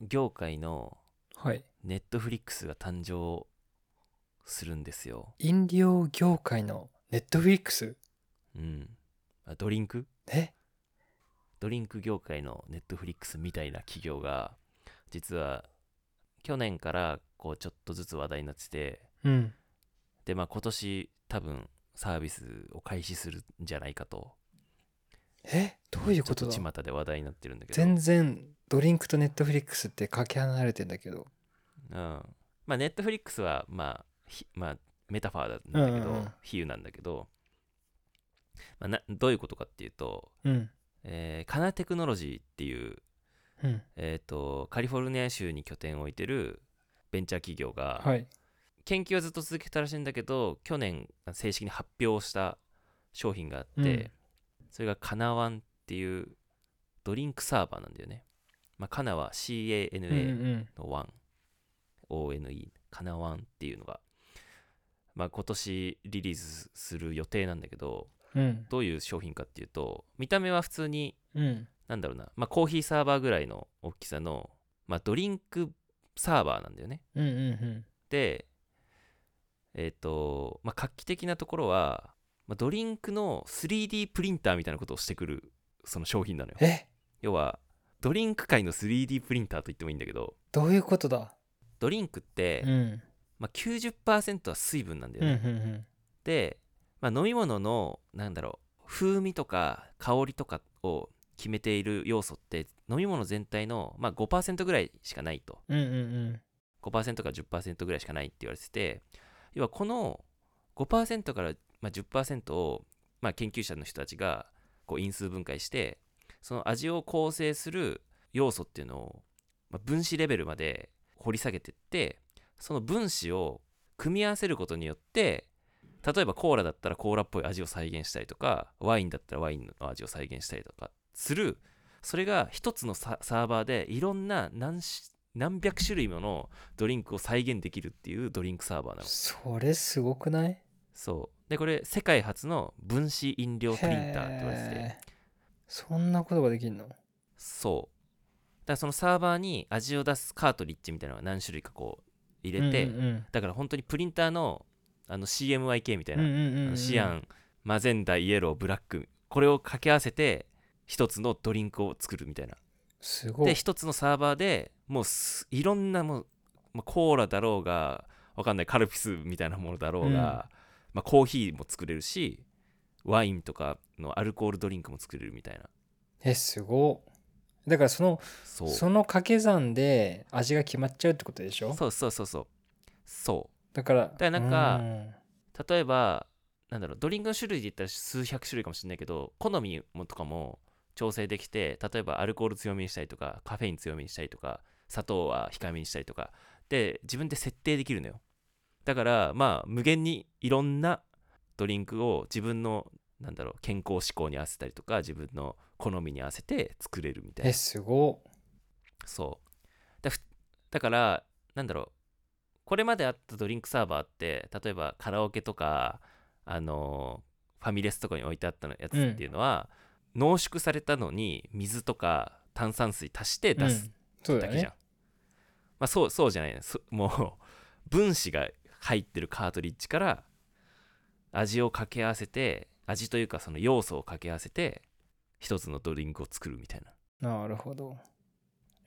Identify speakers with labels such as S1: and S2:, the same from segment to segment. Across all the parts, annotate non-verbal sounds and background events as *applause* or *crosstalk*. S1: 業界の
S2: はい。
S1: ネットフリックスが誕生するんですよ。
S2: 飲料業界のネットフリックス
S1: うん。あドリンク
S2: え
S1: ドリンク業界のネットフリックスみたいな企業が実は去年からこうちょっとずつ話題になってて
S2: うん。
S1: でまあ今年多分サービスを開始するんじゃないかと
S2: えどういうことだ
S1: ちょっと巷で話題になってるんだけど
S2: 全然ドリンクとネットフリックスってかけ離れてんだけど。
S1: うん、まあネットフリックスはまあ、ひまあ、メタファーなんだけど、
S2: うんうんうん
S1: 比喩なんだけど、まあ、などういうことかっていうと、
S2: うん。
S1: えーカナテクノロジーっていう、
S2: うん。
S1: えー、とカリフォルニア州に拠点を置いてるベンチャー企業が、
S2: はい。
S1: 研究はずっと続けてたらしいんだけど去年正式に発表した商品があって、
S2: うん
S1: それがカナワンっていうドリンクサーバーなんだよね、まあ、カナは CANA、
S2: うんうん。
S1: のワン ONE かなワンっていうのが、まあ、今年リリースする予定なんだけど
S2: うん。
S1: どういう商品かっていうと見た目は普通に
S2: うん。
S1: なんだろうな、まあ、コーヒーサーバーぐらいの大きさの、まあ、ドリンクサーバーなんだよね
S2: うんうん
S1: でえっ、と、まあ、画期的なところは、まあ、ドリンクの 3D プリンターみたいなことをしてくるその商品なのよ
S2: うん。え
S1: 要はドリンク界の 3D プリンターと言ってもいいんだけど
S2: どういうことだ
S1: ドリンクって、
S2: うん。
S1: まあ、90%は水分なんだ
S2: う
S1: よね。
S2: んうん
S1: で、まあ、飲み物のなんだろう風味とか香りとかを決めている要素って飲み物全体の、まあ、5%ぐらいしかないと
S2: うん。うんうん
S1: 5%から10%ぐらいしかないって言われてて要はこの5%から、まあ、10%を、まあ、研究者の人たちがこう因数分解してその味を構成する要素っていうのを、まあ、分子レベルまで掘り下げてってその分子を組み合わせることによって例えばコーラだったらコーラっぽい味を再現したりとかワインだったらワインの味を再現したりとかするそれが一つのササーバーでいろんな何し何百種類ものドリンクを再現できるっていうドリンクサーバーな
S2: うん。
S1: の
S2: それすごくない
S1: そうでこれ世界初の分子飲料プリンターって言われてて
S2: へーそんなことができんの
S1: そうだからそのサーバーに味を出すカートリッジみたいなのが何種類かこう入れて、
S2: うんうん
S1: だから本当にプリンターのあの CMYK みたい
S2: うん
S1: な、
S2: うんうんうん
S1: あ
S2: う
S1: の
S2: ん。
S1: シアンマゼンダイエローブラックこれを掛け合わせて一つのドリンクを作るみたいな
S2: すご
S1: で
S2: い。
S1: 一つのサーバーでもうすいろんなもう、まあコーラだろうがわかんないカルピスみたいなものだろうが、
S2: うん
S1: まあ、コーヒーも作れるしワインとかのアルコールドリンクも作れるみたいな
S2: え、すごい。だからその
S1: そう
S2: その掛け算で味が決まっちゃうってことでしょ
S1: そうそうそうそうそ
S2: だから。だ
S1: からなんか
S2: ん
S1: う例えばなんだろうドリンクの種類で言ったら数百種類かもしれないけど好みもとかも調整できて例えばアルコール強めにしたりとかカフェイン強めにしたりとか砂糖は控えめにしたりとかで自分で設定できるのよだからまあ無限にいろんなドリンクを自分のなんだろう健康志向に合わせたりとか自分の好みに合わせて作れるみたいな
S2: え、すごい。
S1: そうだふだからなんだろうこれまであったドリンクサーバーって例えばカラオケとかあのーファミレスとかに置いてあったのやつっていうのは、濃縮されたのに水とか炭酸水足して出す
S2: そう
S1: だ
S2: だよ
S1: けじゃん、
S2: ね。
S1: まあそうそうじゃないねそもう分子が入ってるカートリッジから味を掛け合わせて味というかその要素を掛け合わせて一つのドリンクを作るみたいな
S2: なるほど。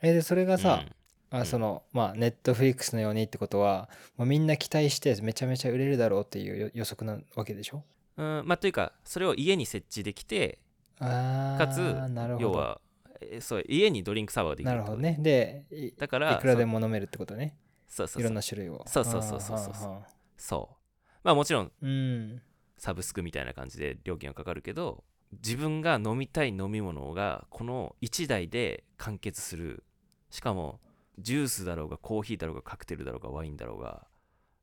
S2: え、で、それがさ
S1: う、んう
S2: あ
S1: ん
S2: その、まあ、ネットフリックスのようにってことは、もうみんな期待してめちゃめちゃ売れるだろうっていうよ予測なわけでしょ
S1: うん、まあというかそれを家に設置できて
S2: ああ、
S1: かつ
S2: なるほど。
S1: 要はえーそう家にドリンクサーバーができる
S2: な
S1: ってこ
S2: るほ
S1: と
S2: どね。で、いい
S1: だから
S2: くらでも飲めるってことね。
S1: そうそうそ
S2: いろ
S1: うん
S2: な種類を。
S1: そうそうそうそうそう
S2: はあはあはあ
S1: そうまあもちろん
S2: うん。
S1: サブスクみたいな感じで料金はかかるけど自分が飲みたい飲み物がこの1台で完結するしかもジュースだろうがコーヒーだろうがカクテルだろうがワインだろうが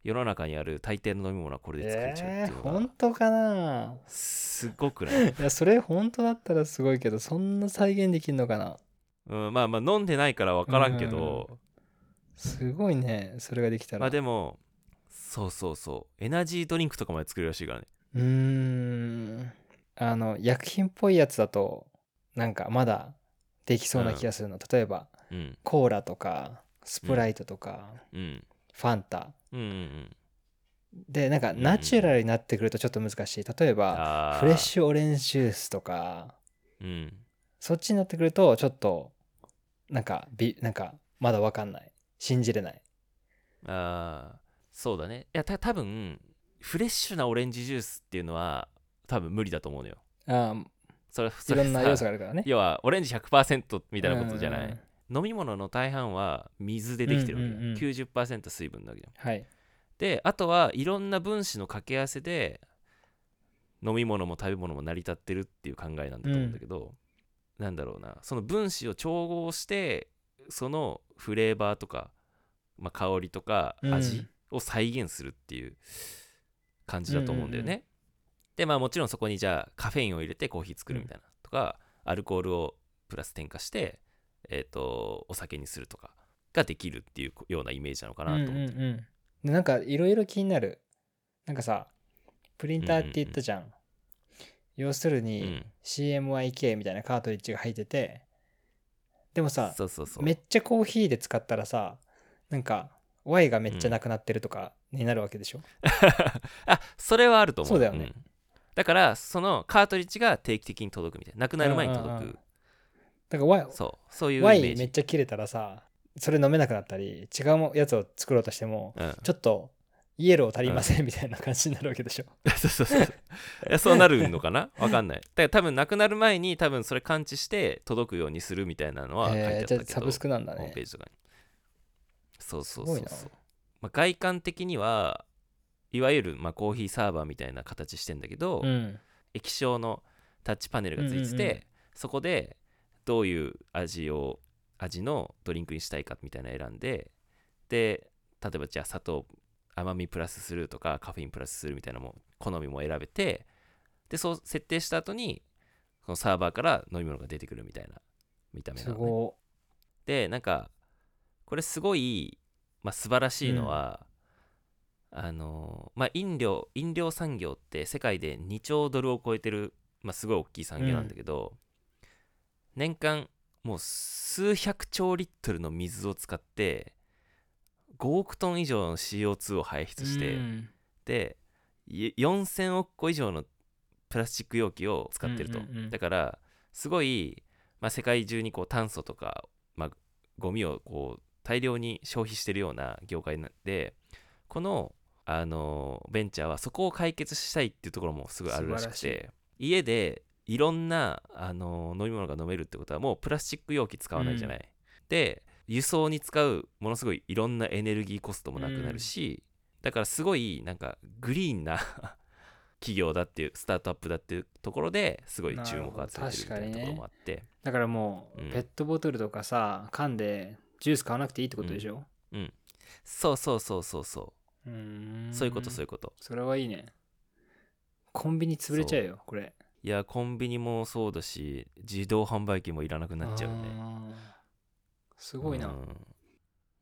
S1: 世の中にある大抵の飲み物はこれで作れちゃうっ
S2: え
S1: てい
S2: ー、
S1: うのが
S2: 本当かな
S1: すごくない、
S2: いや、それ本当だったらすごいけど、そんな再現できるのかな
S1: うん、まあまあ飲んでないから分からんけど、
S2: すごいね、それができたら。
S1: まあでもそうそうそうエナジードリンクとかまで作るらしいからね
S2: うーん。あの、薬品っぽいやつだと、なんかまだできそうな気がするの。例えば、
S1: うん
S2: コーラとかスプライトとか、
S1: うん
S2: ファンタ
S1: うんうん
S2: でなんか
S1: うん
S2: ナチュラルになってくるとちょっと難しい例えば
S1: あ
S2: フレッ
S1: ュ
S2: シュオレンジジュースとか
S1: うん
S2: そっちになってくるとちょっとなんかびなんかまだわかんない信じれない
S1: あーそうだねいやた多分フレッシュなオレンジジュースっていうのは多分無理だと思うのよ
S2: あー
S1: それ
S2: い
S1: それ
S2: ろんな
S1: さ
S2: 要素があるからね
S1: 要はオレンジ100%みたいなことじゃない、
S2: うんうんうん
S1: 飲み物の大半は水でできてるわけだ、
S2: うんうんうん
S1: 90%水分なわけじゃん
S2: はい
S1: であとはいろんな分子の掛け合わせで飲み物も食べ物も成り立ってるっていう考えなんだと思うんだけど、なんだろうなその分子を調合してそのフレーバーとか、まあ、香りとか
S2: うん
S1: 味を再現するっていう感じだと思うんだよね。でまあもちろんそこにじゃあカフェインを入れてコーヒー作るみたいなとか、アルコールをプラス添加して、えー、とお酒にするとかができるっていうようなイメージなのかなと思って。
S2: うんうんうん、でなんかいろいろ気になるなんかさプリンターって言ったじゃん、要する
S1: う
S2: に
S1: ん
S2: CMYK みたいなカートリッジが入っててでもさ
S1: そうそうそう
S2: めっちゃコーヒーで使ったらさなんか Y がめっちゃなくなってるとかになるわけでしょ、
S1: *laughs* あそれはあると思う
S2: そうだよね
S1: んだからそのカートリッジが定期的に届くみたいななくなる前に
S2: うんうんう
S1: 届
S2: ん
S1: く
S2: だから y,
S1: そうそういうイメ
S2: y
S1: ー
S2: めっ
S1: ジ、
S2: ちゃ切れたらさそれ飲めなくなったり違うもやつを作ろうとしても
S1: うん、
S2: ちょっとイエロー足りませんみたいな感じになるわけでしょ、
S1: そうそうそういやそうなるのかなわかんないだから多分なくなる前に多分それ感知して届くようにするみたいなのは書いてあっ
S2: えー
S1: た
S2: じ
S1: け
S2: ゃ
S1: ど、
S2: あサブスクなんだ
S1: ホーム
S2: ね
S1: ページとかにそうそうそ
S2: すご
S1: う
S2: いな
S1: そう、まあ、外観的にはいわゆるまあコーヒーサーバーみたいな形してんだけど、
S2: うん
S1: 液晶のタッチパネルがついてて、
S2: うんうんうん
S1: そこでどういう味を味のドリンクにしたいかみたいなの選んでで例えばじゃあ砂糖甘みプラスするとかカフェインプラスするみたいなのも好みも選べてでそう設定した後にこのサーバーから飲み物が出てくるみたいな見た目な
S2: す
S1: の、ね、
S2: ご
S1: でなんかこれすごい、まあ、素晴らしいのは、あのまあ飲料飲料産業って世界で2兆ドルを超えてる、まあ、すごい大きい産業なんだけど、年間もう数百兆リットルの水を使って5億トン以上の CO2 を排出して、
S2: うん
S1: でい4000億個以上のプラスチック容器を使ってると、
S2: うんうんうん
S1: だからすごい、まあ、世界中にこう炭素とか、まあ、ゴミをこう大量に消費してるような業界なんでこの、あのベンチャーはそこを解決したいっていうところもすごいあるらしく
S2: 素晴
S1: て家でいろんな、あの飲み物が飲めるってことはもうプラスチック容器使わないじゃない、で輸送に使うものすごいいろんなエネルギーコストもなくなるし、だからすごいなんかグリーンな *laughs* 企業だっていうスタートアップだっていうところですごい注目を集めてるみたいなところもあって、
S2: だからもう、
S1: うん
S2: ペットボトルとかさ缶でジュース買わなくていいってことでしょ、
S1: そうそうそうそうそう
S2: ー
S1: うんそういうことそういううこと
S2: それはいいねコンビニ潰れちゃうよこれ
S1: いやコンビニもそうだし自動販売機もいらなくなっちゃうね
S2: あーすごいな、
S1: うん、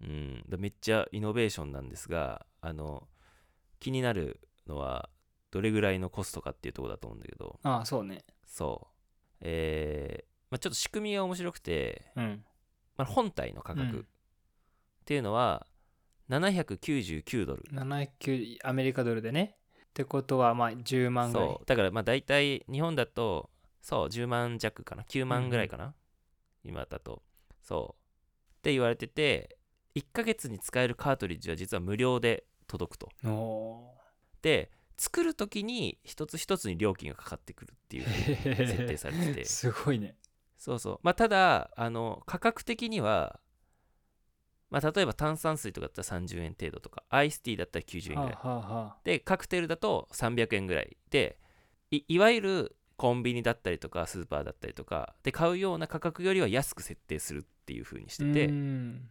S1: うんだめっちゃイノベーションなんですがあの気になるのはどれぐらいのコストかっていうところだと思うんだけど
S2: ああそうね
S1: そうえーまあ、ちょっと仕組みが面白くて、
S2: うん
S1: まあ、本体の価格
S2: う
S1: っ
S2: ん
S1: ていうのは799ドル、
S2: 79アメリカドルでねってことはまあ10万ぐらい
S1: そうだからまあ大体日本だとそう10万弱かな9
S2: うんう
S1: 万
S2: ん
S1: ぐらいかな、今だとそうって言われてて1ヶ月に使えるカートリッジは実は無料で届くと
S2: お
S1: で作る時に一つ一つに料金がかかってくるっていう風に
S2: ー
S1: 設定され
S2: *laughs*
S1: てて
S2: すごいね
S1: そうそうまあただあの価格的にはまあ例えば炭酸水とかだったら30円程度とかアイスティーだったら90円
S2: は
S1: ぐらい
S2: あはあは
S1: でカクテルだと300円ぐらいでいいわゆるコンビニだったりとかスーパーだったりとかで買うような価格よりは安く設定するっていう風にし
S2: あ
S1: てて、
S2: うん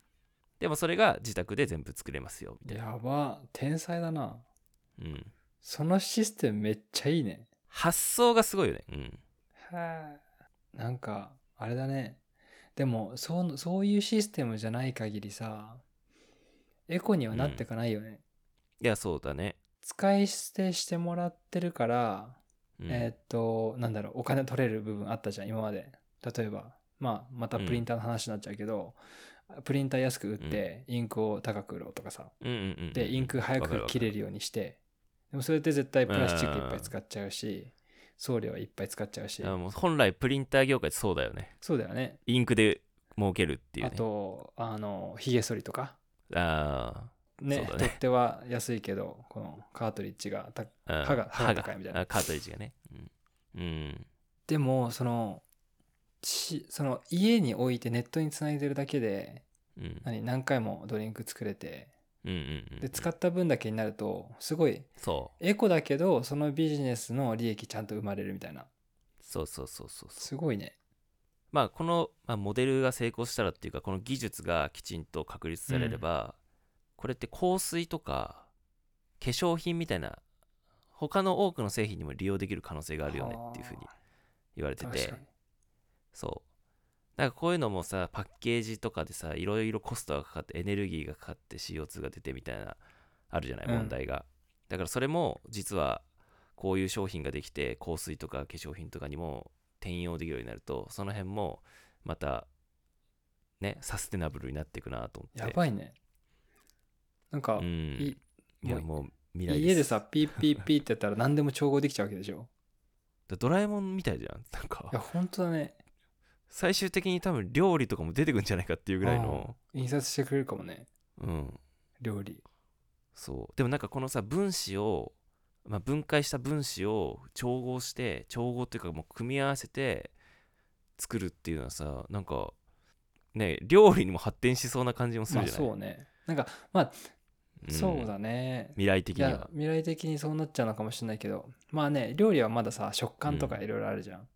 S1: でもそれが自宅で全部作れますよみたいな、
S2: やば天才だな
S1: うん、
S2: そのシステムめっちゃいいね
S1: 発想がすごいよね、うん、
S2: はい。なんか、あれだね。でも、そう、そういうシステムじゃない限りさ、エコにはなってかないよね。
S1: いやそうだね、
S2: 使い捨てしてもらってるから、
S1: うん
S2: えーっと、なんだろう、お金取れる部分あったじゃん、今まで。例えば、まあ、またプリンターの話になっちゃうけど、プリンター安く売って、インクを高く売ろうとかさ。
S1: うんうんうん、
S2: で、インク早く切れ
S1: る
S2: るようにして、でもそれって絶対プラスチックいっぱい使っちゃうし、送料いっぱい使っちゃうし、
S1: もう本来プリンター業界ってそうだよね
S2: そうだよね。
S1: インクで儲けるっていう
S2: あ
S1: ね
S2: と、あの、ヒゲ剃りとか。
S1: あ
S2: ね
S1: そうだね
S2: 取っ手は安いけど、このカートリッジがた
S1: ーうん
S2: 歯が歯
S1: 歯
S2: が
S1: が
S2: 高いみたいな
S1: あカートリッジがねうん、うん
S2: でも、その、ちその家に置いてネットにつないでるだけで
S1: うん
S2: 何何回もドリンク作れて
S1: うんうんうん、
S2: で使った分だけになるとすごい
S1: そ
S2: エコだけどそのビジネスの利益ちゃんと生まれるみたいな
S1: うそうそうそうそうそう
S2: すごいね
S1: まあこの、まあ、モデルが成功したらっていうかこの技術がきちんと確立されれば、これって香水とか化粧品みたいな他の多くの製品にも利用できる可能性があるよねっていうふうに言われて
S2: 確
S1: て
S2: かに
S1: そうなんかこういうのもさパッケージとかでさいろいろコストがかかってエネルギーがかかって CO2 が出てみたいなあるじゃない
S2: うん
S1: 問題が、だからそれも実はこういう商品ができて香水とか化粧品とかにも転用できるようになるとその辺もまたねサステナブルになっていくなと思って
S2: やばいねなんか、
S1: うん
S2: い
S1: いや
S2: もう
S1: もう未来
S2: 家でさピーピーピーってやったら何でも調合できちゃうわけでしょ
S1: *laughs* だドラえもんみたいじゃんなん
S2: いや
S1: か
S2: 本当だね
S1: 最終的に多分料理とかも出てくるんじゃないかっていうぐらいの
S2: 印刷してくれるかもね
S1: うん
S2: 料理
S1: そうでもなんかこのさ分子を、まあ、分解した分子を調合して調合っていうかもう組み合わせて作るっていうのはさなんかね料理にも発展しそうな感じもす
S2: ま
S1: る
S2: あ
S1: じゃない、
S2: そうねなんかまあ
S1: ん
S2: そうだね、
S1: 未来的
S2: い
S1: に
S2: や
S1: は
S2: 未来的にそうなっちゃうのかもしれないけどまあね料理はまださ食感とかいろいろあるじゃん、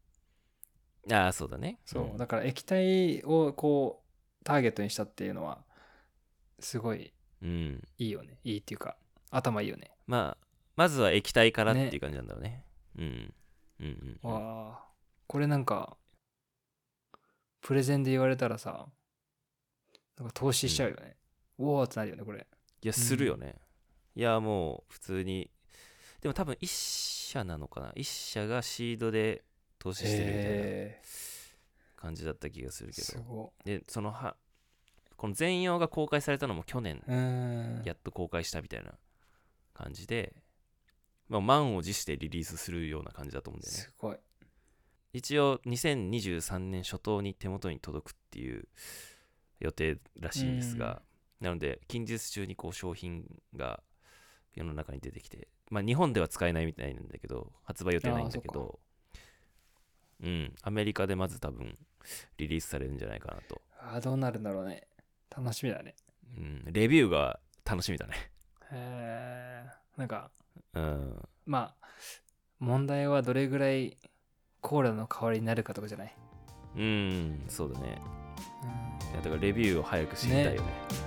S1: ああそうだね
S2: そう、
S1: ん
S2: だから液体をこうターゲットにしたっていうのはすごい
S1: うん
S2: いいよねいいっていうか頭いいよね、
S1: まあまずは液体からっ
S2: ね
S1: ていう感じなんだろうねうんうんうんうん
S2: わあこれなんかプレゼンで言われたらさなんか投資しちゃうよね、うおおってなるよねこれ
S1: いやするよね、いやもう普通にでも多分一社なのかな一社がシードで投資してるみたいな
S2: へえ
S1: 感じだった気がするけ
S2: す
S1: ど
S2: ご
S1: でそのはこの全容が公開されたのも去年
S2: いうーん
S1: やっと公開したみたいな感じで、まあ、満を持してリリースするような感じだと思うんだよね
S2: すごい
S1: 一応2023年初頭に手元に届くっていう予定らしいんですが、なので近日中にこう商品が世の中に出てきて、まあ、日本では使えないみたいなんだけど発売予定ないんだけ
S2: あー
S1: どうんアメリカでまず多分リリースされるんじゃないかなと
S2: あーどうなるんだろうね楽しみだね
S1: うん、レビューが楽しみだね。
S2: へえなんか
S1: うん。
S2: まあ問題はどれぐらいコーラの代わりになるかとかじゃない、
S1: うん、そうだね。
S2: うん
S1: いやだからレビューを早く知りたいよね。